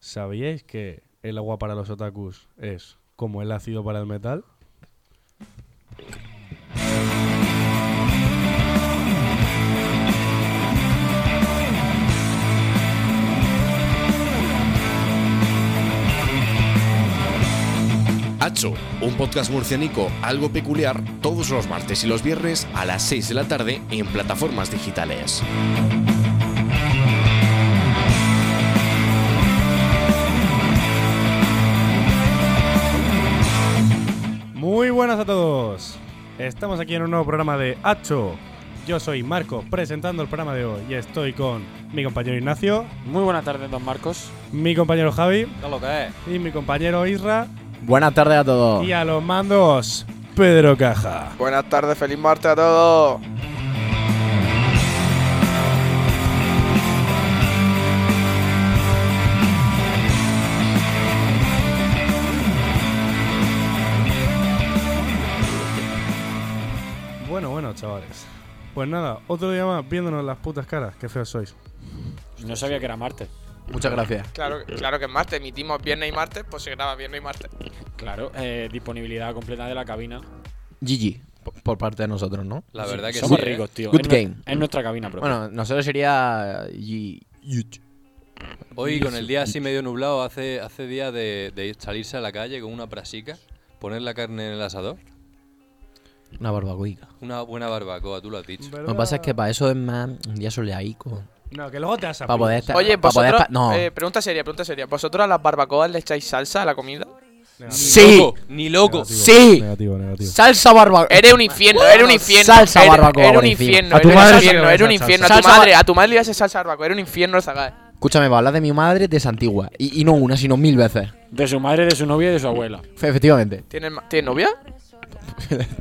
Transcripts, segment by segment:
¿Sabíais que el agua para los otakus es como el ácido para el metal? Hacho, un podcast murcianico algo peculiar todos los martes y los viernes a las 6 de la tarde en plataformas digitales. Muy buenas a todos. Estamos aquí en un nuevo programa de Hacho. Yo soy Marco, presentando el programa de hoy y estoy con mi compañero Ignacio, Muy buenas tardes, don Marcos. mi compañero Javi lo que es? y mi compañero Isra Buenas tardes a todos. y a los mandos Pedro Caja. Buenas tardes, feliz martes a todos. Bueno, bueno, chavales. Pues nada, otro día más viéndonos las putas caras. Qué feos sois. No sabía que era martes. Muchas gracias. Claro, claro que es martes, emitimos viernes y martes, pues se graba viernes y martes. Claro, eh, disponibilidad completa de la cabina. GG. p- Por parte de nosotros, ¿no? La verdad que Somos sí, ¿eh? ricos, tío. Good es, nu- game. es nuestra cabina, propia. Bueno, nosotros sería. G- Yuch. Hoy con el día así medio nublado, hace, hace día de, de ir- salirse a la calle con una prasica, poner la carne en el asador, Una barbacoica. una buena barbacoa, tú lo has dicho. Lo que pasa es que para eso es más un día soleaico. No, que luego te vas a. Para poder estar. Oye, para poder vosotros. pa- no. eh, pregunta seria, pregunta seria. ¿Vosotros a las barbacoas le echáis salsa a la comida? sí. ¡Loco! ¡Ni loco! Sí. Negativo, negativo. Salsa barbacoa. Eres un infierno, eres un infierno. Salsa eres- barbacoa Eres por un encima. infierno, A tu eres un madre infierno, sí que eres un le echas infierno. A tu salsa. Salsa madre, bar- a tu madre le haces salsa barbacoa, era un infierno el zagae. Escúchame, para hablar de mi madre de Santigua. Y, y no una, sino mil veces. De su madre, de su novia y de su abuela. Fe- Efectivamente. ¿Tienes, ma- ¿Tienes novia?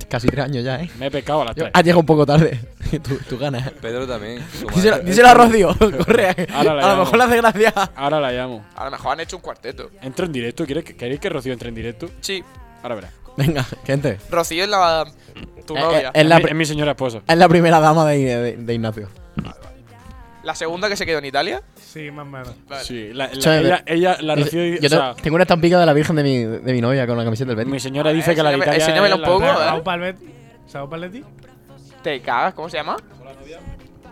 Casi tres años ya, ¿eh? Me he pecado a las Yo- tres. has llegado un poco tarde. tú, tú ganas. Pedro también. su madre. Díselo, díselo a Rocío. Corre. Ahora la a lo llamo. mejor le hace gracia. Ahora la llamo. A lo mejor han hecho un cuarteto. ¿Entro en directo? ¿Quieres que- ¿Queréis que Rocío entre en directo? Sí, Ahora verás. Venga, gente. Rocío es la. tu Eh, novia. eh, Es la mi, pri- es mi señora esposa. Es la primera dama de, de- de Ignacio. ¿La segunda que se quedó en Italia? Sí, más o menos. Vale. Sí, la, la- Escúchame, ella, ella, la Rocío. Yo o te- sea, tengo una estampica de la Virgen de mi, de mi novia con la camiseta del mi Betis. señora Ah, dice que la de enséñame- Italia. es enséñamela un la- poco, la- ¿eh? Palmetti? ¿Sao Palmetti? Te cagas, ¿cómo se llama?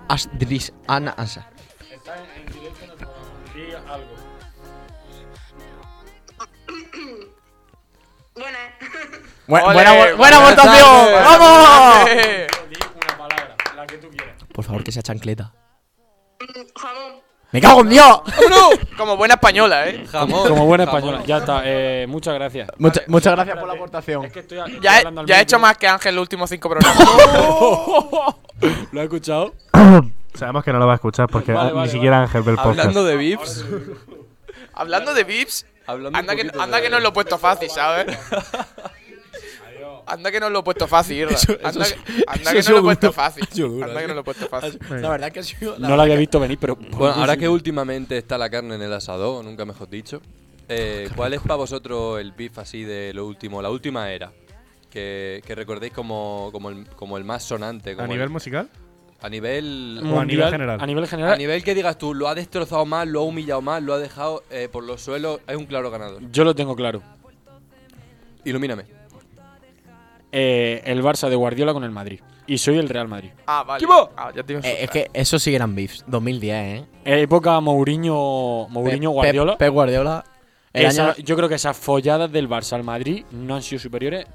Astris Ana Asa. Buenas. Bu- Ole, buena vo- buena buenas votación. tardes. ¡Vamos! Eh, Por favor, que sea chancleta. Mm, Jamón. ¡Me cago en Dios! ¡Uno! Como buena española, ¿eh? Jamón. Como buena jamón. española. Ya está. eh, muchas gracias. Mucha- muchas gracias por la aportación. Es que estoy, estoy Ya, he, hablando al ya he micro. hecho más que Ángel los últimos cinco programas. ¿Lo has escuchado? Sabemos que no lo va a escuchar porque Vale, vale, ni siquiera Ángel ve el podcast. Hablando de VIPs. Hablando de VIPs, Hablando anda, un que, poquito anda de- que nos lo he puesto fácil, ¿sabes? Anda que nos lo he puesto fácil, Irra. Anda, eso que- anda eso que es no lo he seguro. puesto fácil. Eso seguro, Anda que ¿eh? no lo he puesto fácil. La verdad que ha sido. No la había visto venir, pero. Bueno, ahora que últimamente está la carne en el asador, nunca mejor dicho, eh, ¿cuál es para vosotros el beef así de lo último, la última era? Que, que recordéis como, como, el, como el más sonante. Como ¿A el- nivel musical? a nivel O a nivel general. A nivel general. A nivel que digas tú, lo ha destrozado más, lo ha humillado más, lo ha dejado eh, por los suelos, es un claro ganador. Yo lo tengo claro. Ilumíname. Eh, el Barça de Guardiola con el Madrid. Y soy el Real Madrid. Ah, vale. Ah, ya te iba a Eh, es insultar. que esos sí eran beefs. 2010, ¿eh? Época Mourinho, Mourinho Pe- Guardiola. Pe- Pep Guardiola. El Esa- año. Yo creo que esas folladas del Barça al Madrid no han sido superiores.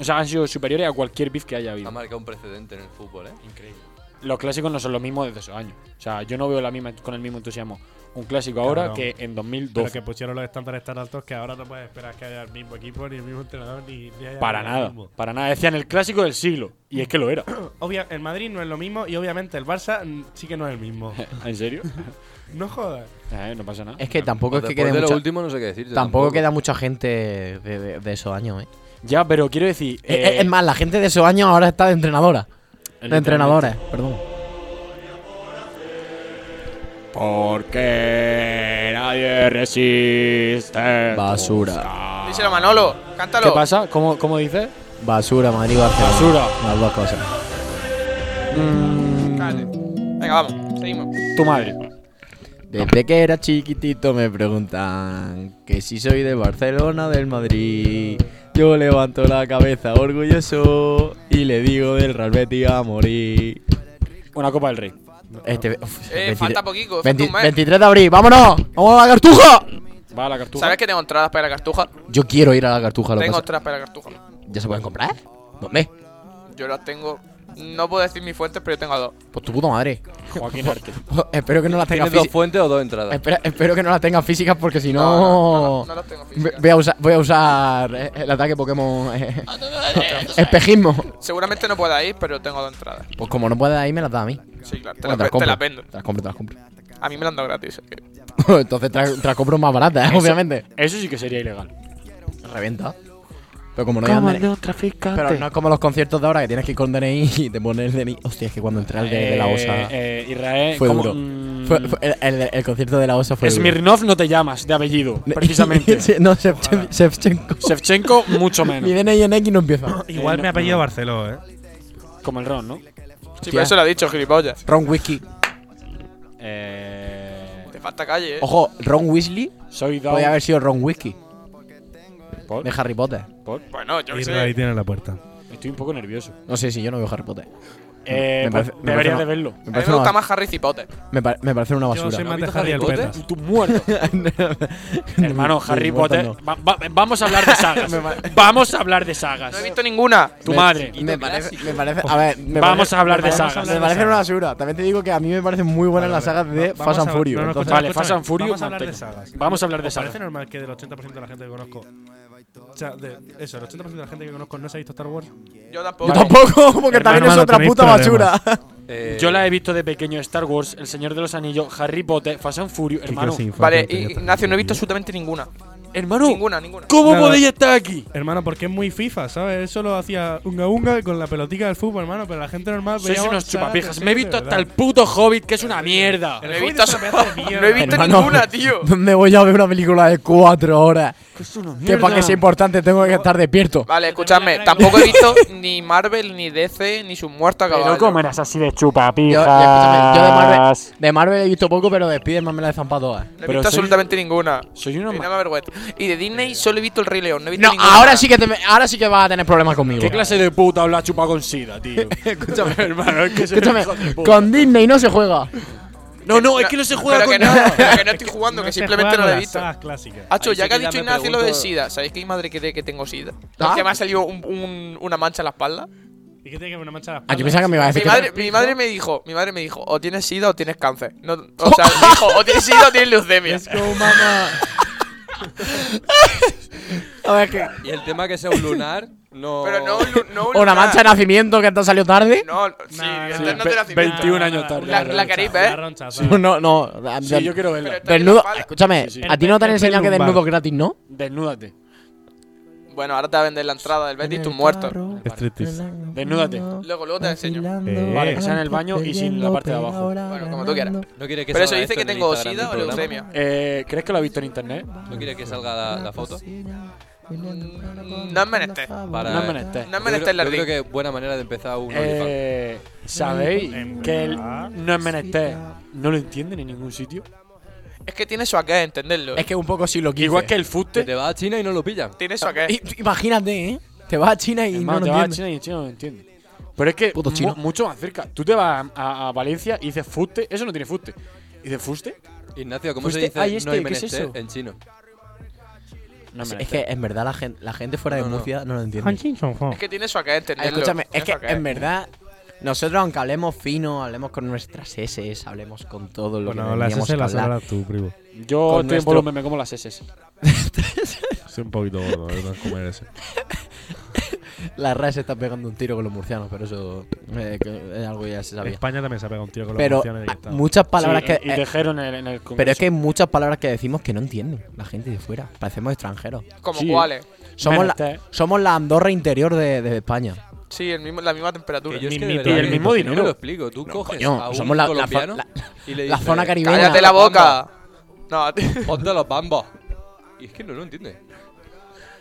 O sea, han sido superiores a cualquier beef que haya Ha habido. marcado un precedente en el fútbol, ¿eh? Increíble. Los clásicos no son los mismos desde esos años. O sea, yo no veo la misma, con el mismo entusiasmo un clásico ahora Cabrón. que en Pero 2012. que pusieron los estándares tan altos que ahora no puedes esperar que haya el mismo equipo, ni el mismo entrenador, ni, ni haya Para el nada, mismo. para nada. Decían el clásico del siglo. Y es que lo era. Obvia, el Madrid no es lo mismo y obviamente el Barça mm, sí que no es el mismo. ¿En serio? no jodas. Eh, no pasa nada. Es que tampoco es que Después quede de lo mucha, último no sé qué decir. yo tampoco queda mucha gente de, de- de esos años, ¿eh? Ya, pero quiero decir. Es- eh, es más, la gente de esos años ahora está de entrenadora. De literalmente- entrenadores, perdón. Porque nadie resiste. Basura. Díselo, Manolo. Cántalo. ¿Qué pasa? ¿Cómo, cómo dices? Basura, Madrid, Barcelona. Basura. Las dos cosas. Cállate. Venga, vamos. Seguimos. Tu madre. Desde que era chiquitito me preguntan que si soy de Barcelona o del Madrid. Yo levanto la cabeza orgulloso y le digo del Real Betis a morir. Una Copa del Rey. Este, uf, Eh, 23 falta poquito, falta 20 un mes. 23 de abril, vámonos. Vamos a la cartuja. Va a la cartuja. ¿Sabes que tengo entradas para la cartuja? Yo quiero ir a la cartuja. Lo que Tengo pasa- entradas para la cartuja. ¿Ya se pueden comprar? ¿Dónde? Yo las tengo. No puedo decir mis fuentes, pero yo tengo dos. Pues tu puta madre. Joaquín Arte. espero que no las tengas ¿Tienes dos físicas. fuentes o dos entradas? Espera- espero que no las tengas físicas porque si no. No, no, no, no las tengo Ve- físicas. Voy a, usar, voy a usar eh, el ataque Pokémon. eh, espejismo. Seguramente no pueda ir, pero tengo dos entradas. Pues como no puedes ahí, me las das a mí. Sí, claro. Te, Bueno, las, ve- te las vendo. Te las compro, te las compro. A mí me las han dado gratis. así que- Entonces te, las- te las compro más baratas, eh, obviamente. Eso sí que sería ilegal. Reventa. Pero como no hay DNI- Pero no es como los conciertos de ahora que tienes que ir con DNI y te pones el DNI. Hostia, es que cuando entré al de, de la Eh, OSA. eh, Israel. fue ¿cómo? duro. Mm, Fue- fue- el, el- el concierto de la OSA fue. duro. Smirnov no te llamas de apellido, precisamente. Sí, no, Shevchen- Shevchenko. Shevchenko, mucho Mi menos. DNI en X no empieza. Eh, Igual no, me ha apellido no. Barceló, ¿eh? Como el Ron, ¿no? Sí, pero eso lo ha dicho, gilipollas. Ron Whiskey. Eh, Te falta calle, eh. Ojo, Ron Weasley soy Down. podría haber sido Ron Whiskey Por- de Harry Potter. por- Bueno, yo qué Irra ahí sé. tiene la puerta. Estoy un poco nervioso. No sé si yo no veo Harry Potter. Eh, Me parece- pues, me deberías parece de una- verlo. A Me mí parece me una, gusta más Harry Potter. me pare- me parece una Yo soy más basura. ¿No has de visto Harry Harry el Potter? Petas. Tú muerto. Hermano, Harry Potter. no. va- va- vamos a hablar de sagas. vamos a hablar de sagas. No he visto ninguna. Tu madre. Me parece, me parece, a ver, me Vamos parece- a hablar me de parece- sagas. Me parece una basura. También te digo que a mí me parecen muy buenas las sagas de Va- Fast vamos and a- Furious. no, no, entonces- escucha, Vale, escucha, Fast and Furious, Vamos a hablar de mantengo. sagas. Vamos a hablar de ¿Os sagas. parece normal que del 80% de la gente que conozco. O sea, de- eso, el 80% de la gente que conozco no se ha visto Star Wars. Yo Yo tampoco. tampoco, como que Hermano, también es hermano, otra tenéis puta problemas. basura. Eh, Yo la he visto de pequeño Star Wars, El Señor de los Anillos, Harry Potter, Fast and Furious, hermano. Vale, y- Ignacio, no he visto absolutamente ninguna. Hermano, Ninguna, ninguna. ¿cómo Nada. podéis estar aquí? Hermano, porque es muy FIFA, ¿sabes? Eso lo hacía unga unga con la pelotica del fútbol, hermano. Pero la gente normal. Sois veíamos unos sagas de chupapijas. Me he series, visto de hasta el verdad. puto Hobbit, que es una mierda. No El he Hobbit visto, es una pedaza de no he visto mierda. Hermano. ninguna, tío. Me voy a ver una película de cuatro horas. Que para que sea importante tengo que estar despierto. Vale, escuchadme, tampoco he visto ni Marvel, ni DC, ni sus muertos Pero caballo. ¿cómo eras así de Yo, chupapijas? escúchame, yo de, Marvel, de Marvel he visto poco, pero de Spiderman me la he zampado todas. No he Pero visto soy- absolutamente ninguna. Soy Y una no me ma- avergüenza. Y de Disney solo he visto el Rey León. No, he visto No, ninguna. ahora sí que te me- ahora sí que vas a tener problemas conmigo. ¿Qué clase de puta habla chupa con sida, tío? Escúchame, hermano, es que soy un Escúchame, hijo de puta. con Disney no se juega. No, no, es que no se juega pero con que no, nada. pero que no estoy jugando, que No se simplemente juegan no lo he las visto. sagas clásicas. Hacho, Ahí ya sí que ha que ya dicho me Ignacio lo de pregunto- SIDA, ¿sabéis que mi madre cree que tengo SIDA? Ah. Que me ha salido un- un- una mancha en la espalda. ¿Y qué tiene que ver una mancha en la Ah, espalda? yo pensaba que me iba a Mi decir que- madre, mi madre me dijo, mi madre me dijo, o tienes SIDA o tienes cáncer. No, o sea, me dijo, o tienes SIDA o tienes leucemia. A ver, que- Y el tema que sea un lunar, no. Pero no, un lu- no un O una lunar. mancha de nacimiento que te ha salido tarde. No, no, sí, no, esto no. no te la 21 años tarde. La- la caribe, ¿eh? No, no. no. Sí, yo quiero verla. Pero- Desnudo. Pero- Escúchame, Sí, sí. a ti no te han El- el enseñado que lumbar. desnudo gratis, ¿no? Desnúdate. Bueno, ahora te va a vender la entrada del Betis, tus muertos. Desnúdate. Luego, luego te enseño. Vale, que sea en el baño y sin la parte de abajo. Bueno, como tú quieras. No quiere que Pero eso salga dice esto que en el tengo Instagram SIDA o del programa. leucemia. Eh, ¿Crees que lo ha visto en internet? ¿No quiere que salga la, la foto? Mm, No es menester. Para- No es menester. No es Yo menester creo, la yo creo que es buena manera de empezar un OnlyFans. Eh, ¿Sabéis que el no es menester? No lo entienden en ningún sitio. Es que tiene eso acá, entenderlo. Es que un poco sí lo quise. Igual que el Que fuste. te vas a China y no lo pillan. Tiene eso acá. I- Imagínate, ¿eh? Te vas a China y Hermano, no te lo vas a entiendes. China y en China no lo entienden. Pero es que Puto mu- chino. mucho más cerca. Tú te vas a, a- a Valencia y dices fuste. Eso no tiene fuste. Y dices fuste. Ignacio, ¿cómo Fuiste- se dice ay, este, no hay ¿qué es menester eso? en chino? No es Sí, menester. Es que en verdad la gente, la gente fuera No, de no. Murcia no lo entiende. Es que tiene eso acá, entenderlo. Escúchame, es Tiene que eso acá. en verdad. Nosotros, aunque hablemos fino, hablemos con nuestras S, hablemos con todo lo que Bueno, las tendríamos S que las hablar. hablas tú, primo. Yo estoy con en nuestro- volumen, me como las S. Soy un poquito gordo, ¿eh? ¿verdad? Comer ese. La RAE se está pegando un tiro con los murcianos, pero eso eh, que es algo que ya se sabía. España también se ha pegado un tío con los Pero murcianos y ah, está. muchas palabras que. Y eh, dejaron en el, en el Congreso. pero es que hay muchas palabras que decimos que no entienden la gente de fuera. Parecemos extranjeros. Como Sí. cuáles. Somos la, Menester. somos la Andorra interior de, de España. Sí, el mismo, la misma temperatura. Que yo es Ni- que ni- de y verdad, el no mismo me dinero. lo explico. Tú coges coño, a un somos la- la fa- colombiano la- y le la dices, zona caribeña. ¡Cállate la boca! No, tío. Ponte los bambos. Y es que no lo entiende.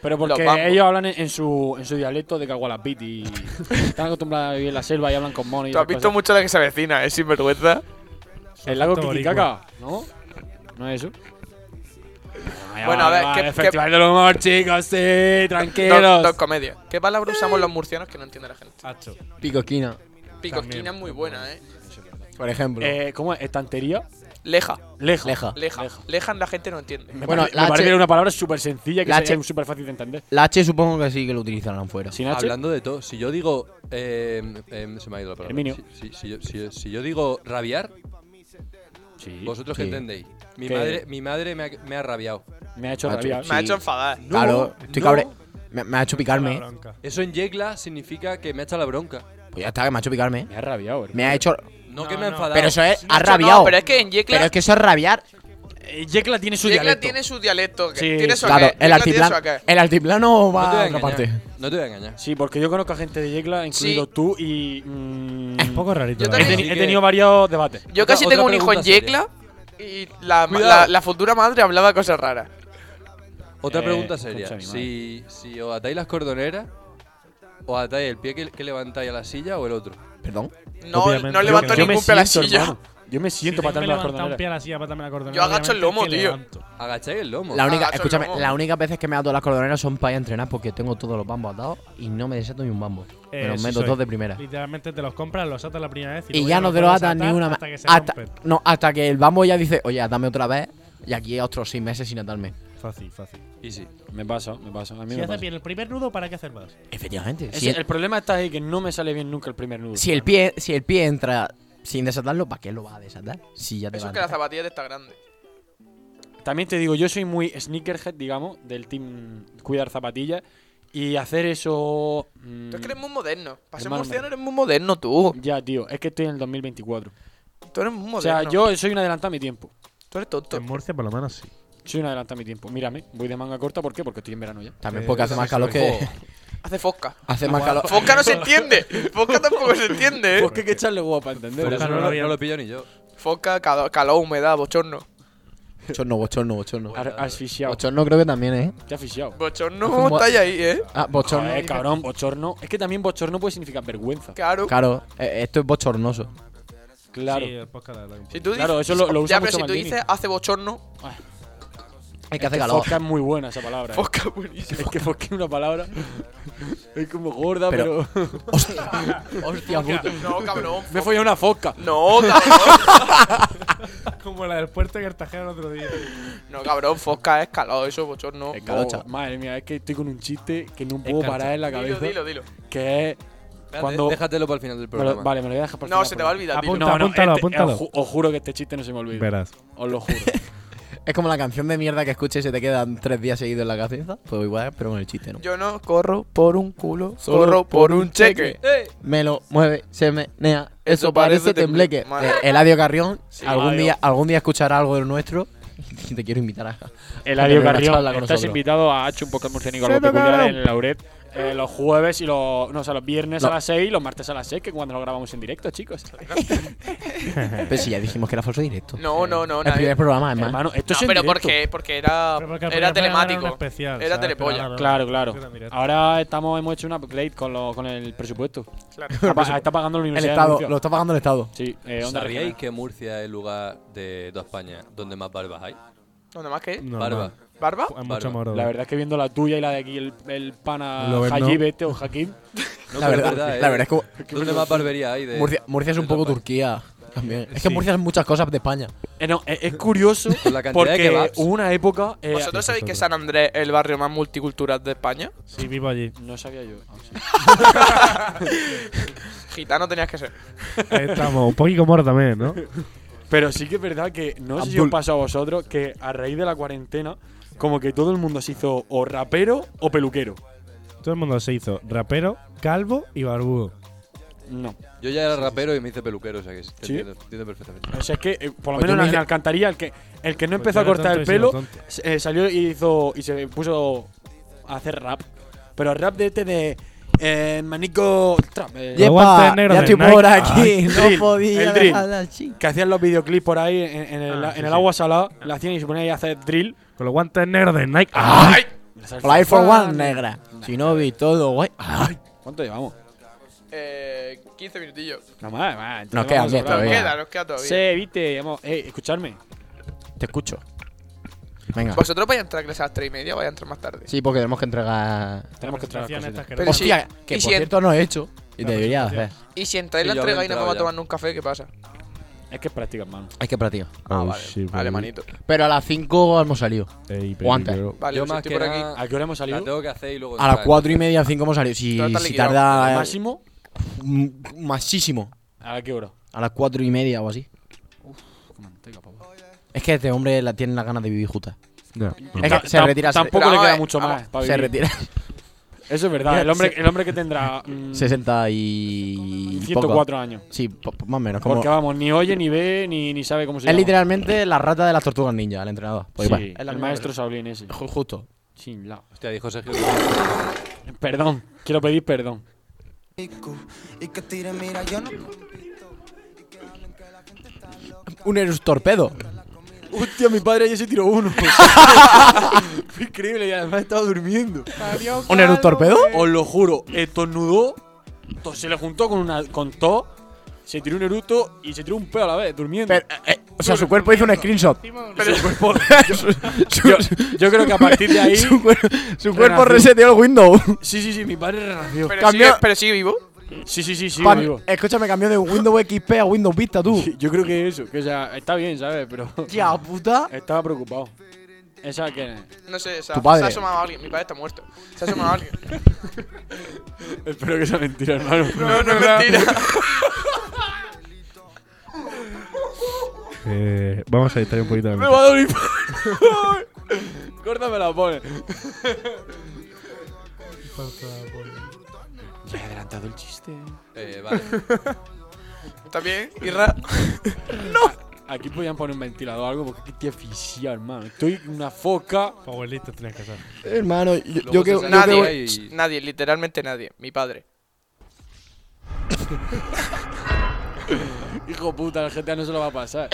Pero porque Los bambos. ellos hablan en, en su, en su dialecto de Cagualapiti. y Están acostumbrados a vivir en la selva y hablan con monos. y Tú has esas visto cosas. mucho la que se avecina, es sinvergüenza. El lago Acento Titicaca, ¿no? ¿No es eso? Bueno, a ver, ¿qué- qué- el Festival del Humor, chicos, sí, Dos, tranquilos. dos comedias. ¿Qué palabra usamos los murcianos que no entiende la gente? Hacho. Picoquina. Picosquina es muy buena, ¿eh? Por ejemplo. eh, ¿Cómo es? ¿Estantería? Leja, Leja. Leja. leja. Leja. Leja la gente no entiende. Me, Bueno, parece, la me parece H- que era una palabra súper sencilla que la es H- súper fácil de entender. La H supongo que sí que lo utilizarán fuera. Sin H. Hablando de todo, si yo digo. eh, em, se me ha ido la palabra. Herminio. Si, si- si yo, si- si yo digo rabiar, Sí. vosotros Sí. qué entendéis. Mi ¿Qué? madre, mi madre me, ha, me ha rabiado. Me ha hecho H. rabiar. Me ha hecho enfadar. claro, estoy no. cabre. Me, me ha hecho picarme. Bronca. Eso en Yegla significa que me ha echado la bronca. Pues ya está, que me ha hecho picarme. Me ha rabiado, Me ha hecho. No, que me ha enfadado. Pero eso es. Ha No, rabiado. no, pero es que en Yecla, Pero es que eso es rabiar. Yekla Eh, tiene su Yecla dialecto. tiene su dialecto. que- Sí, tiene su Claro, aquel, el Yecla tiene su altiplano. aquel. El altiplano no te voy va a a otra engañar. parte. No te voy a engañar. Sí, porque yo conozco a gente de Yecla, incluido Sí. tú y. mm, Un poco rarito. Yo la he, también- verdad. teni- Así he que- tenido varios debates. Yo Otra- casi otra tengo un hijo en pregunta Yecla y la, Cuidado. la- la futura madre hablaba cosas raras. Otra Eh, pregunta concha seria. de mi Si, si os atáis las cordoneras, os atáis el pie que, que levantáis a la silla o el otro. Perdón. No, Obviamente. no Yo- levanto yo ningún pie a la siento, silla. hermano. Yo me Si siento tengo patando que las levantar un cordoneras. pie a la silla, patármela la cordonera, Yo agacho el obviamente, lomo, que tío. levanto. Agacháis el lomo. La única, gacho el escúchame, lomo. las únicas veces que me ato las cordoneras son para ir a entrenar porque tengo todos los bambos atados y no me desato ni un bambo. Eh, me los sí meto soy. dos de primera. Literalmente te los compras, los atas la primera vez. Y luego ya no te lo puedes atas atar ni una más. Hasta que se Hasta, rompen. no, hasta que el bambo ya dice, oye, dame otra vez. Y aquí otros seis meses sin atarme. Fácil, fácil. Y sí. Me pasa, me pasa. A mí Si me haces pasa. bien el primer nudo, ¿para qué hacer más? Efectivamente. Ese- Si el el, problema está ahí que no me sale bien nunca el primer nudo. si el pie, si el pie entra sin desatarlo, ¿para qué lo vas a desatar? Si ya te Eso es va a que la entrar. zapatilla te está grande. También te digo, yo soy muy sneakerhead, digamos, del team cuidar zapatillas. Y hacer eso. mm, Tú es que eres muy moderno. Para ser Hermano, murciano eres muy moderno tú. ya, tío, es que estoy en el 2024. Tú eres muy O sea, moderno. yo Em, soy un adelantado a mi tiempo. Tú eres tonto. En Murcia, por lo menos, sí. Soy un adelantado a mi tiempo. Mírame, voy de manga corta, ¿por qué? Porque estoy en verano ya. También Eh, porque hace sí, más sí, calor sí. que. Hace fosca. hace más calor. Fosca no se entiende. Fosca tampoco se entiende, eh. Porque hay que echarle huevo para entender. Pero Ojalá eso no no, lo lo- había- no lo pillo ni yo. Fosca, calo- calor, humedad, bochorno. Bochorno, bochorno, bochorno. Ar- asfixiado. Bochorno creo que también, ¿eh? Te has asfixiado. Bochorno está ahí, ahí, eh. Ah, bochorno. Joder, cabrón, bochorno. Es que también bochorno puede significar vergüenza. Claro. Claro, eh, esto es bochornoso. Claro. Sí, el podcast de la verdad. Si tú dices, Claro, eso lo- lo usa ya, pero mucho si tú Maldini. dices hace bochorno, Es que hace Que calor. Fosca es muy buena esa palabra. eh. fosca buenísimo. Es que fosca es una palabra. Es como gorda, pero. Pero- Hostia. Hostia, puta. No, cabrón. Me follé una fosca. No, cabrón. Como la del puerto de Cartagena el otro día. No, cabrón, fosca es calor, eso es bochorno. Es calocha. Oh, madre mía, es que estoy con un chiste que no puedo parar en la Dilo, cabeza. dilo, dilo. Que es. Espérate, Cuando- Déjatelo para el final del me lo- programa. vale, me lo voy a dejar para el No, final, se te porque- va a olvidar, dilo. Apunta. No, no, Apúntalo, este- apúntalo. os ju- Os juro que este chiste no se me olvida. Verás. Os lo juro. Es como la canción de mierda que escuches y se te quedan tres días seguidos en la cabeza. Pues igual, pero con el chiste, ¿no? Yo no corro por un culo, Solo corro por por un un cheque. Me lo mueve, se menea. Eso parece parece tembleque. tembleque. Madre. Eh, Eladio Carrión, algún Eladio. día, algún día escuchará algo del nuestro. Y te quiero invitar a. Eladio a tener una Carrión, charla estás con nosotros. invitado a H, un podcast murciénico algo Se tocaron. peculiar en el Lauret. eh, los jueves y los. No, o sea, los viernes No. a las 6 y los martes a las 6, que cuando lo grabamos en directo, chicos. Eh, Pero si ya dijimos que era falso directo. No, no, no, El nadie. primer programa, además. Hermano, esto No, es en pero directo. porque, porque era, Pero porque al era final era un telemático. especial, era ¿sabes? telepolla. Pero ahora- Claro, claro. Era en directo. Ahora estamos, hemos hecho un upgrade con, lo- con el presupuesto. Claro. Está, pa- está pagando la el universidad. de Estado, Murcia. lo está pagando el Estado. Sí, eh, onda ¿Sabíais regional. que Murcia es el lugar de toda España donde más barbas hay? ¿Dónde más que? Normal. Barba. ¿Barba? Hay Barba. mucho moro. La verdad es que viendo la tuya y la de aquí, el, el pana Lo ves, Haji ¿no? Bete o Hakim. No, la pero verdad, es la ¿eh? verdad es que ¿Dónde más barbería hay? De, Murcia, Murcia es de un poco toda España? Turquía también. Es que Sí. Murcia es muchas cosas de España. Eh, no, es, es curioso Con la cantidad de porque kebabs. hubo una época. eh, ¿Vosotros sabéis que San Andrés es el barrio más multicultural de España? Sí, vivo allí. No sabía yo. Ah, sí. Gitano tenías que ser. Ahí Estamos. Un poquito moro también, ¿no? Pero sí que es verdad que, no sé si os Abdul. pasa a vosotros, que a raíz de la cuarentena, como que todo el mundo se hizo o rapero o peluquero. Todo el mundo se hizo rapero, calvo y barbudo. No. Yo ya era rapero y me hice peluquero, o sea que te ¿Sí? entiendo, entiendo perfectamente. O sea, es que, eh, por lo Pues yo menos me en hice- Alcantarilla, el que, el que no Pues empezó a yo era cortar el tonto y sigo pelo, tonto. s- eh, salió y hizo y se puso a hacer rap. Pero rap de este de. eh, manico. Trap. eh, Yep. Aguante, negro ya de estoy Nike. por aquí. Ah, no drill, el podía drill. dejar la chica. que hacían los videoclips por ahí en, en el, Ah, sí, en el sí. agua salada, la hacían y se ponían ahí a hacer drill. Con los guantes negros de Nike. ¡Ay! Fly for one, negra. Si no vi todo, Ah, guay. Ay, ¿Cuánto llevamos? Eh, 15 minutillos. No más, más. Nos queda bien Nos Todavía. queda, nos queda todavía. Sí, viste, vamos, eh, escuchadme. Te escucho. Venga. ¿Vosotros vais a entrar a clase a las 3 y media o vais a entrar más tarde? Pues, Sí, porque tenemos que entregar. Tenemos que entrar. Presentaciones estas que Pero sí. Hostia, que y por si en- cierto no he hecho. Y La debería hacer. presentación. Y si entráis Sí, a yo las habré 3 y no me voy a entrado tomar un café, ¿qué pasa? Es que es práctica, hermano. Hay que practicar. Ah, Oh, vale. shit, vale, baby. manito. Pero a las 5 hemos salido. Ey, O antes. pero- Vale, Yo pues más estoy que por aquí. nada- ¿A qué hora hemos La salido? tengo que hacer y Pues, luego. A las entrar. 4 y media, 5 hemos salido. Si, Total, si liquidado. tarda. eh, ¿Máximo? mm, Masísimo. ¿A qué hora? A las 4 y media o así. Es que este hombre la tiene las ganas de vivir justa. No. Es que se Tam- retira. se- Tampoco Pero le vamos a queda ver, mucho vamos, más para se vivir. retira. Eso es verdad. Mira, eh, El hombre, se- el hombre que tendrá mm, 60 y. poco. 104 años. Sí, po- po- más o menos. Como Porque vamos, ni oye, ni ve, ni, ni sabe cómo se es llama. literalmente la rata de las tortugas ninja, el entrenador. Pues Sí, igual. Es la el misma maestro Saulín ese. persona. Ju- Justo. Sin la- Hostia, dijo Sergio. Perdón, quiero pedir perdón. Un Eros torpedo. Hostia, mi padre ayer se tiró uno. Fue increíble y además estaba durmiendo. ¿Un Eros torpedo? Os lo juro, eh, estornudó, to- se le juntó con una con to, se tiró un eruto y se tiró un pedo a la vez, durmiendo. Pero, eh, eh, o sea, su cuerpo hizo un screenshot. su, su- yo, yo creo que a partir de ahí. su cuer- su cuerpo Renació. reseteó el Windows. Sí, sí, sí, mi padre renació. Pero, Cambio- sigue, pero sigue vivo. Sí, sí, sí, sí, Pan- amigo. escúchame, cambió de Windows XP a Windows Vista, tú. Yo creo que eso, que o sea, está bien, ¿sabes? Pero Tía puta. estaba preocupado. Esa que No sé, se ha, Tu padre. se ha asomado alguien. Mi padre está muerto. Se ha asomado alguien. espero que sea mentira, hermano. No, no es mentira. Eh, vamos a editar un poquito la Me va a doler. Córtame la pone. Ya he adelantado el chiste. Eh, vale. ¿Está bien? Irra. Aquí podían poner un ventilador o algo porque aquí te asfixia, hermano. Estoy una foca. Powerlist tenías que hacer. Hermano, yo, Luego yo se que. yo que- sale por Nadie. ahí y- Nadie, literalmente nadie. Mi padre. Hijo puta, el GTA no se lo va a pasar.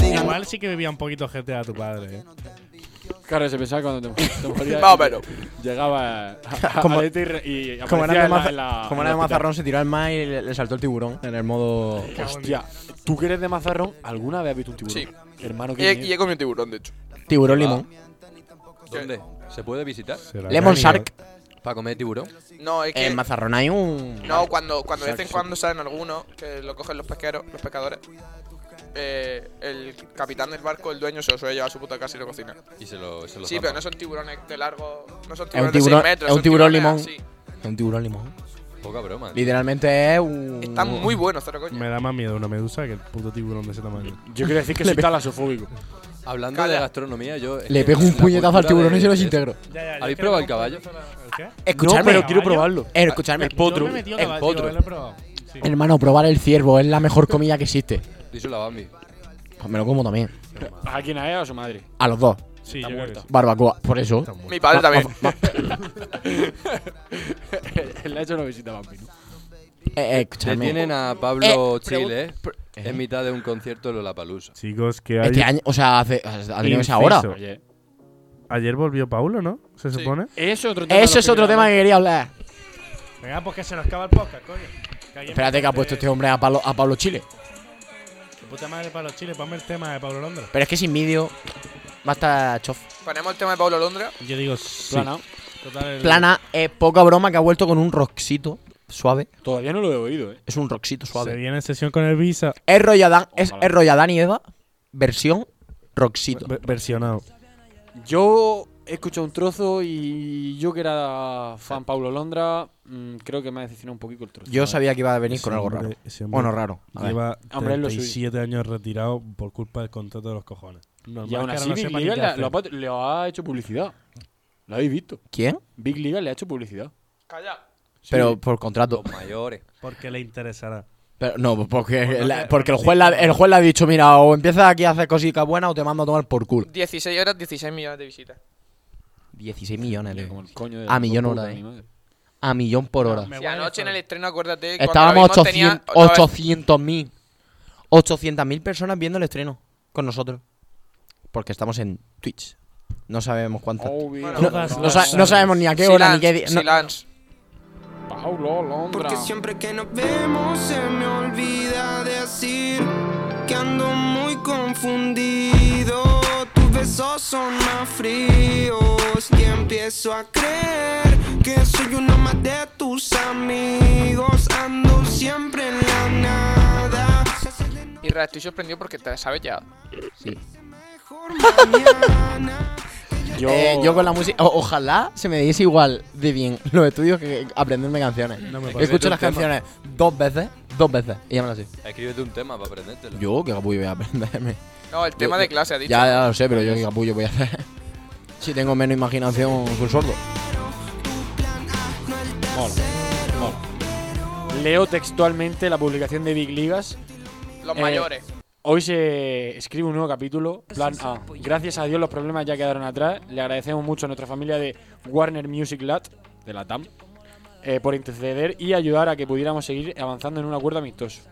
Igual sí que bebía un poquito GTA tu padre. eh. Claro, se pensaba cuando te, te morías. Más o menos. Llegaba a, a- Como- a Leti y, y Como aparecía era de, en la- maza- en la- como en era el de hospital. mazarrón, se tiró al mar y le, le saltó el tiburón en el modo. Hostia, tú que eres de mazarrón, ¿alguna vez has visto un tiburón? Hermano, Y que he, y he comido tiburón, de hecho. Tiburón limón. ¿Dónde? ¿Se puede visitar? Será Lemon orgánico. Shark. ¿Para comer tiburón? No, es que. En mazarrón hay un. No, cuando, cuando de vez en cuando salen algunos, que lo cogen los pesqueros, los pescadores, eh, el capitán del barco, el dueño, se lo suele llevar a su puta casa y lo cocina. Y se lo. Se lo Sí, zampa. pero no son tiburones de largo, no son Es un tiburones tiburón, de 6 metros. es un son tiburón limón. tiburones así. Un tiburón limón. Poca broma. tío. Literalmente es un. Están muy buenos, cero coño. Me da más miedo una medusa que el puto tiburón de ese tamaño. Yo quiero decir que soy talasofóbico. Hablando de Calla. gastronomía, yo. es Le que pego un la puñetazo al cultura tiburón de- y se lo de- desintegro. ¿Habéis probado el caballo? ¿El qué? Escuchadme. pero quiero probarlo. Eh, escuchadme. Potro. El potro. potro. Hermano, probar el ciervo es la mejor comida que existe. Díselo a Bambi. Pues me lo como también. ¿A quién a ella o a su madre? A los dos. Sí, yo creo que sí. Barbacoa. Por eso. Mi padre también. Le ha hecho una visita a Bambi, ¿no? Eh, eh, Detienen escuchadme. a Pablo Chile eh, en mitad de un concierto de Lollapalooza. Chicos, que hay... Este año, o sea, hace, ha tenido que ser ahora. Inciso. Oye. Ayer volvió Paulo, ¿no? Se supone. Eso es otro tema. Eso es otro tema que quería hablar. Venga, pues que se nos acaba el podcast, coño. Espérate que ha puesto este hombre a Pablo, a Pablo Chile. Puta madre para los chiles, ponme el tema de Pablo Londra. Pero es que sin vídeo va a estar chof. Ponemos el tema de Pablo Londra. Yo digo sí. Plana. Total, el- Plana es poca broma que ha vuelto con un roxito suave. Todavía no lo he oído, ¿eh? Es un roxito Se suave. viene en sesión con el Visa. Es Royadán, es, Ojalá. es Royadán y Eva, versión roxito. Ve- Versionado. Yo he escuchado un trozo y yo que era fan Paulo Londra, mm, creo que me ha decepcionado un poquito el trozo. eh. Yo sabía que iba a venir con Ese algo hombre- raro. ese hombre Bueno, raro. A ver. Lleva Hombre, es lo 37 años retirado por culpa del contrato de los cojones. Normal Y aún que ahora así, no Big sepa ni Liga qué le ha- hacer. lo ha pat- le ha hecho publicidad. Lo habéis visto. ¿Quién? Big Liga le ha hecho publicidad. Calla. Pero por contrato. Los mayores. Porque le interesará. Pero no, porque, Por no la- hacer- porque el, sí. juez la- el juez le ha dicho, mira, o empiezas aquí a hacer cositas buenas o te mando a tomar por culo. 16 horas, 16 millones de visitas. 16 millones de Como el coño de A la millón puta hora, de eh. mi madre. A millón por hora. Me Si voy a anoche en el dejar. estreno, acuérdate. cuando Estábamos lo vimos tenía- 800 no, 800.000. 800.000 personas viendo el estreno con nosotros. Porque estamos en Twitch. No sabemos cuántas. Obvio. Bueno, No, no no sa- no sabemos ni a qué hora Silence, ni qué día. no. Silence. Paulo Londra. Porque siempre que nos vemos se me olvida decir que ando muy confundido. Tus besos son más fríos y empiezo a creer que soy uno más de tus amigos. Ando siempre en la nada. Se hace de Y Ra, estoy sorprendido porque te la sabes ya. mejor mañana. Yo, Eh, yo con la música. o- ojalá se me diese igual de bien los estudios que aprenderme canciones. No me Yo pasa. Escucho las Escríbete un canciones dos veces, dos veces, y llámalo así. Escríbete un tema para aprendértelo. Yo, qué capullo voy a aprenderme. No, el tema de clase, ha dicho. Ya, ya lo sé, pero yo qué capullo voy a hacer. Si tengo menos imaginación que un sordo. leo textualmente la publicación de Big Ligas. Los eh, mayores. Hoy se escribe un nuevo capítulo, Plan A. Gracias a Dios los problemas ya quedaron atrás. Le agradecemos mucho a nuestra familia de Warner Music Lat, de la TAM, eh, por interceder y ayudar a que pudiéramos seguir avanzando en un acuerdo amistoso.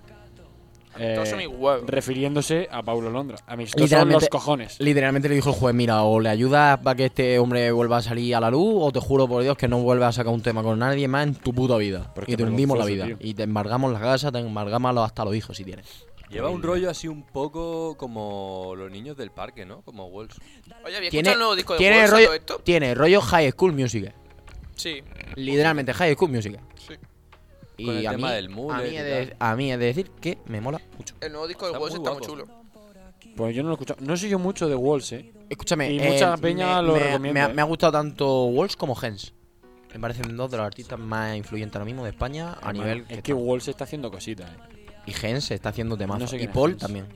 Eh, Todos son mis huevos. refiriéndose a Paulo Londra. Amistoso Literalmente- los cojones. Literalmente le dijo el juez: Mira, o le ayudas para que este hombre vuelva a salir a la luz, o te juro por Dios que no vuelvas a sacar un tema con nadie más en tu puta vida. Pero es Y que te hundimos la vida. vergonzoso, tío. Y te embargamos la casa, te embargamos los- hasta los hijos si tienes. Lleva un rollo así un poco como los niños del parque, ¿no? Como Wolves. Oye, ¿había Tiene, escuchado el nuevo disco de tiene, Wolves, rollo, todo esto? tiene rollo High School Music. Sí. Literalmente High School Music. Sí. Y Con el a, tema mí, del mullet a, mí y he de, a mí he de decir que me mola mucho. El nuevo disco de Está Wolves muy está muy guapo. chulo. Pues yo no lo he escuchado. No soy yo mucho de Walls, eh. Escúchame, Y mucha peña me, lo me- recomienda, me ha- eh. me ha gustado tanto Walsh como Hens. Me parecen dos de los artistas más influyentes ahora mismo de España a nivel. es que que está- Walls está haciendo cositas, eh. y Hens se está haciendo temas. No sé y quién es Paul Hens. también.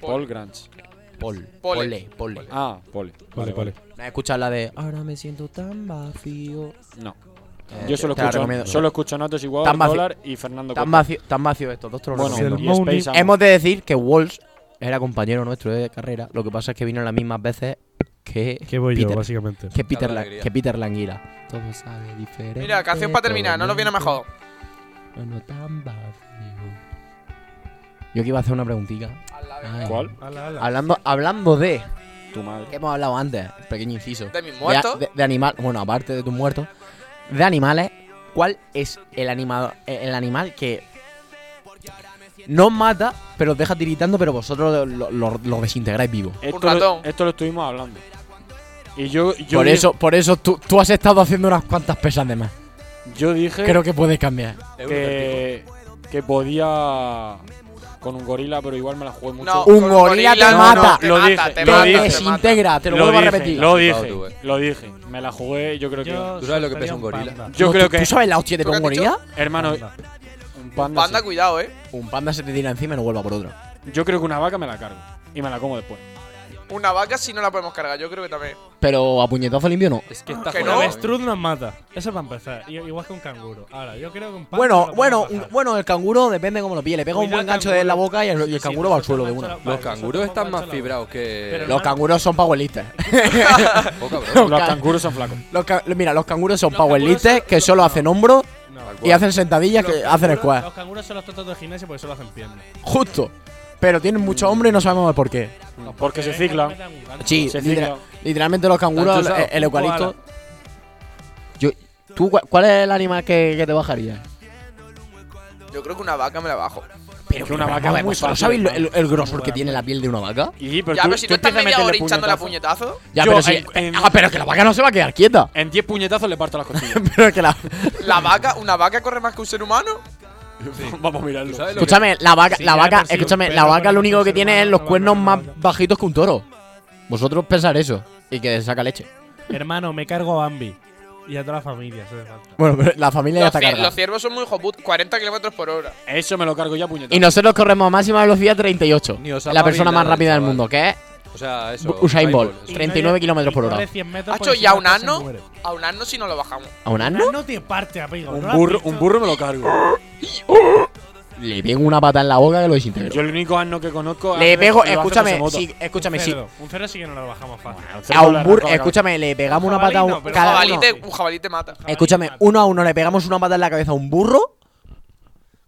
Paul ¿eh? Grants. Paul. Pole. Pole. Pole. Ah, Pole. Vale, vale. ¿Me has escuchado la de Ahora me siento tan vacío? No. Eh, Yo solo te la escucho, recomiendo. solo escucho Natos igual, Tan vacío. Dólar y Fernando Tan Costa. vacío, tan vacío estos dos te los Bueno, recomiendo. Sí, y el Mooney. Space Amo. Hemos de decir que Walsh era compañero nuestro de carrera. Lo que pasa es que vino las mismas veces que, Que voy yo, Peter- básicamente. que Peter, Habla Lang- alegría. que Peter Languila. Todo sabe diferente. Mira, canción para terminar, no nos viene mejor. Yo que iba a hacer una preguntita. Ay. ¿Cuál? Ala, ala. Hablando, hablando de. Tu madre. que hemos hablado antes? Pequeño inciso. De mis muertos. De, de animal. Bueno, aparte de tus muertos. De animales. ¿Cuál es el, animado, eh, el animal que. No os mata, pero os deja tiritando, pero vosotros lo, lo- lo desintegráis vivo? Esto lo, ratón. esto lo estuvimos hablando. Y yo, yo, por, di- eso, por eso tú, tú has estado haciendo unas cuantas pesas de más. yo dije Creo que puedes cambiar. Es un acertijo. que, que podía con un gorila, pero igual me la jugué mucho. No, Un con gorila te mata. te Lo mata, dije, te Te lo mata, dije. te mata. desintegra, te lo, vuelvo a repetir. Lo Flipado dije, tú, eh. lo dije. Me la jugué, yo creo que. ¿Tú sabes lo que pesa un gorila? Yo No, creo ¿tú- que. ¿Tú sabes la hostia que te ¿Tú qué pongo has gorila? Hermano, un panda. Panda, sí. cuidado, eh. Un panda se te tira encima y no vuelva por otro. Yo creo que una vaca me la cargo. Y me la como después. Una vaca si no la podemos cargar, yo creo que también. Pero a puñetazo limpio no. Es que está Que Un no. jodido, ¿eh? avestruz nos mata. Eso para empezar. I- Igual que un canguro. Ahora, yo creo que un panda Bueno, lo bueno, podemos un- bajar. bueno, el canguro depende cómo lo pille. Le pega un Cuidado, buen gancho canguro. de la boca y el, y el Sí, sí, canguro va al nosotros suelo de hemos una. hecho la- Los vale, canguros nosotros están hemos más hecho la- fibrados que. Pero Los canguros son powerliftes. Oh, cabrón. Los Los ca- canguros son flacos. los ca- mira, los canguros son Los canguros powerliftes son- que solo hacen hombro No. Tal y cual. hacen sentadillas Los que hacen canguros- squat. Los canguros son los tontos de gimnasia porque solo hacen piernas. Justo. Pero tienen mucho hombro y no sabemos por qué. Porque se ciclan. Sí, Se literal- ciclan. literalmente los canguros, Tanto el, usado. el eucalipto. Yo, ¿Tú cua- cuál es el animal que, que te bajaría? Yo creo que una vaca me la bajo. Pero que una vaca es muy ¿No fácil, sabéis lo- el, hermano. el grosor que tiene la piel de una vaca? Y, pero Ya, tú- pero si tú tú empiezas estás a media hora meterle hinchando la puñetazo. puñetazo. Ya, Yo, pero si- eh, en- ah, pero que la vaca no se va a quedar quieta. En 10 puñetazos le parto las costillas. pero que la, La vaca, una vaca corre más que un ser humano. Vamos a mirarlo. ¿Tú sabes lo que- Escúchame, la vaca, Sí, la ya vaca, por sí, escúchame, pero la vaca con lo el único que ser humano tiene es los no va a cuernos ganar más nada. bajitos que un toro. Vosotros pensar eso y que saca leche. Hermano, me cargo a Bambi. Y a toda la familia, eso hace falta. Bueno, pero la familia ya Los, está cier- cargada. los ciervos son muy hoput, 40 kilómetros por hora. Eso me lo cargo ya puñetazo. Y nosotros corremos a máxima velocidad 38. Ni os ha La persona espabilado más el rápida del chaval. mundo, que es O sea, eso. Usain Bolt. eso. Y 39 nadie- kilómetros y por hora. corre 100 metros Hacho, porque si ¿y a no, un se asno? muere. A un asno si no lo bajamos. a un Un asno. asno te parte, amigo. Un ¿no lo has burro, visto? un burro me lo cargo. Le pego una pata en la boca que Yo lo desintegro. el único asno que conozco. Le hace- pego, lo hace escúchame, José Mota. sí, escúchame, un sí. cerdo. Un cerdo sí que no lo bajamos fácil. Bueno, A le un burro, arrancó la escúchame, le pegamos Un una pata a jabalí un. no, pero Cada jabalí uno. te- un jabalí te mata. Escúchame, uno a uno le pegamos una pata en la cabeza a un burro.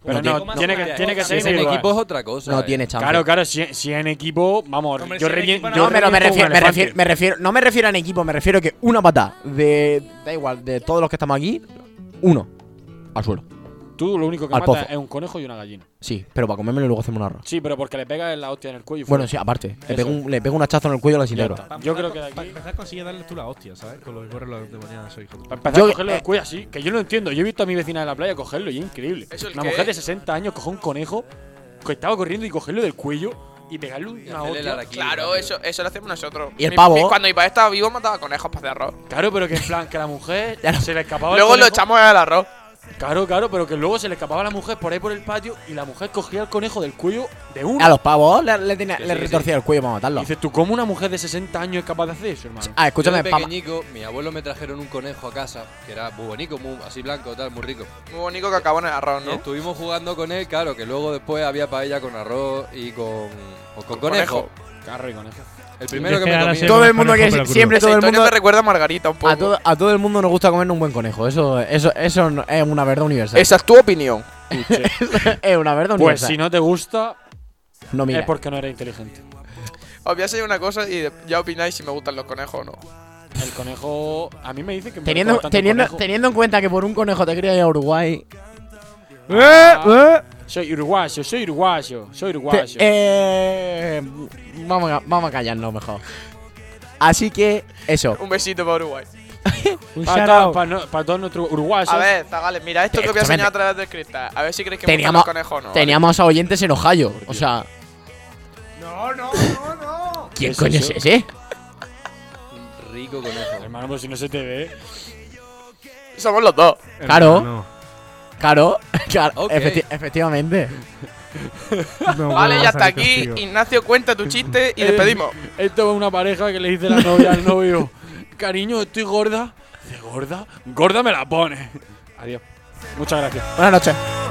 Pero No no, tiene que, tiene que Si ser es en individual. equipo es otra cosa. No eh. tiene chance. Claro, claro, si, si en equipo, vamos, Hombre, yo si en reviento. equipo no. yo No, pero me reviento refiero, un me, elefante. refiero, me refiero- no me refiero en equipo, me refiero que una pata de. Da igual, de todos los que estamos aquí, uno al suelo. Tú lo único que Al matas pozo. es un conejo y una gallina. Sí, pero para comérmelo y luego hacemos un arroz. Sí, pero porque le pegas la hostia en el cuello. y Bueno, fuera. sí, aparte. Eso. Le pego, un, le pego un hachazo en el cuello a la Ya cintura. está. Yo creo que de Para aquí. empezar consigues darle tú la hostia, ¿sabes? Con lo que corren los demoniados, hijo. Para empezar Yo- a cogerlo del eh. cuello así, que yo no lo entiendo. Yo he visto a mi vecina de la playa cogerlo y es increíble. ¿Eso el Una qué? mujer de 60 años coge un conejo que estaba corriendo y cogerlo del cuello y pegarle una hacerle el hostia. araquí Claro, rápido. eso, eso lo hacemos nosotros. Y el Mi- pavo. mi- cuando mi padre estaba vivo mataba conejos para hacer arroz. Claro, pero que en plan, que la mujer Ya no. se le escapaba. el Luego lo conejo. echamos al arroz. Claro, claro, pero que luego se le escapaba a la mujer por ahí por el patio y la mujer cogía el conejo del cuello de uno. A los pavos le, le, tenía- Que le sí, retorcía el cuello para Y matarlo. Dices tú, ¿cómo una mujer de 60 años es capaz de hacer eso, hermano? Ah, Yo de escúchame, pa- pequeñico, mi abuelo me trajeron un conejo a casa, que era muy bonito, muy, así blanco, tal, muy rico. Muy bonito que acabó en el arroz, Y ¿no? estuvimos jugando con él, claro, que luego después había paella con arroz y con, o con conejo. Carro y conejo. El primero que me Dejé a la comí. serie. todo el mundo que Conejo, pero siempre Esa todo el historia me mundo recuerda a Margarita un poco. a todo, a todo el mundo nos gusta comer un buen conejo. Eso eso eso no- es una verdad universal. Esa es tu opinión. es una verdad Pues universal. si no te gusta, no mira. es porque no eres inteligente. Os voy a enseñar una cosa y de- ya opináis si me gustan los conejos o no. El conejo. A mí me dice que me Teniendo, gusta bastante el teniendo, conejo. teniendo en cuenta que por un conejo te cría a Uruguay. ¡Eh! Ah. ¡Eh! Soy uruguayo, soy uruguayo, soy te- uruguayo. eh, vamos, a, vamos a callarnos mejor. Así que, eso. Un besito para Uruguay. Un shout para, todos, out. para, no- para todos nuestros uruguayos. A ver, Zagales, mira esto que voy a Escúchame, enseñar a través del cristal. A ver si crees que me gustan Teníamos, los conejos o no. teníamos a oyentes en Ohio. O sea, No, no, no, no. ¿quién ¿Es coño eso? es ese? Un rico conejo. Hermano, pues si no se te ve. Somos los dos. Claro. Claro, claro Ok. efecti- efectivamente. Vale, ya hasta aquí. Ignacio, cuenta tu chiste y Eh, despedimos. Esto es una pareja que le dice la novia al novio: Cariño, estoy gorda. Dice, gorda? Gorda me la pone. Adiós. Muchas gracias. Buenas noches. Buenas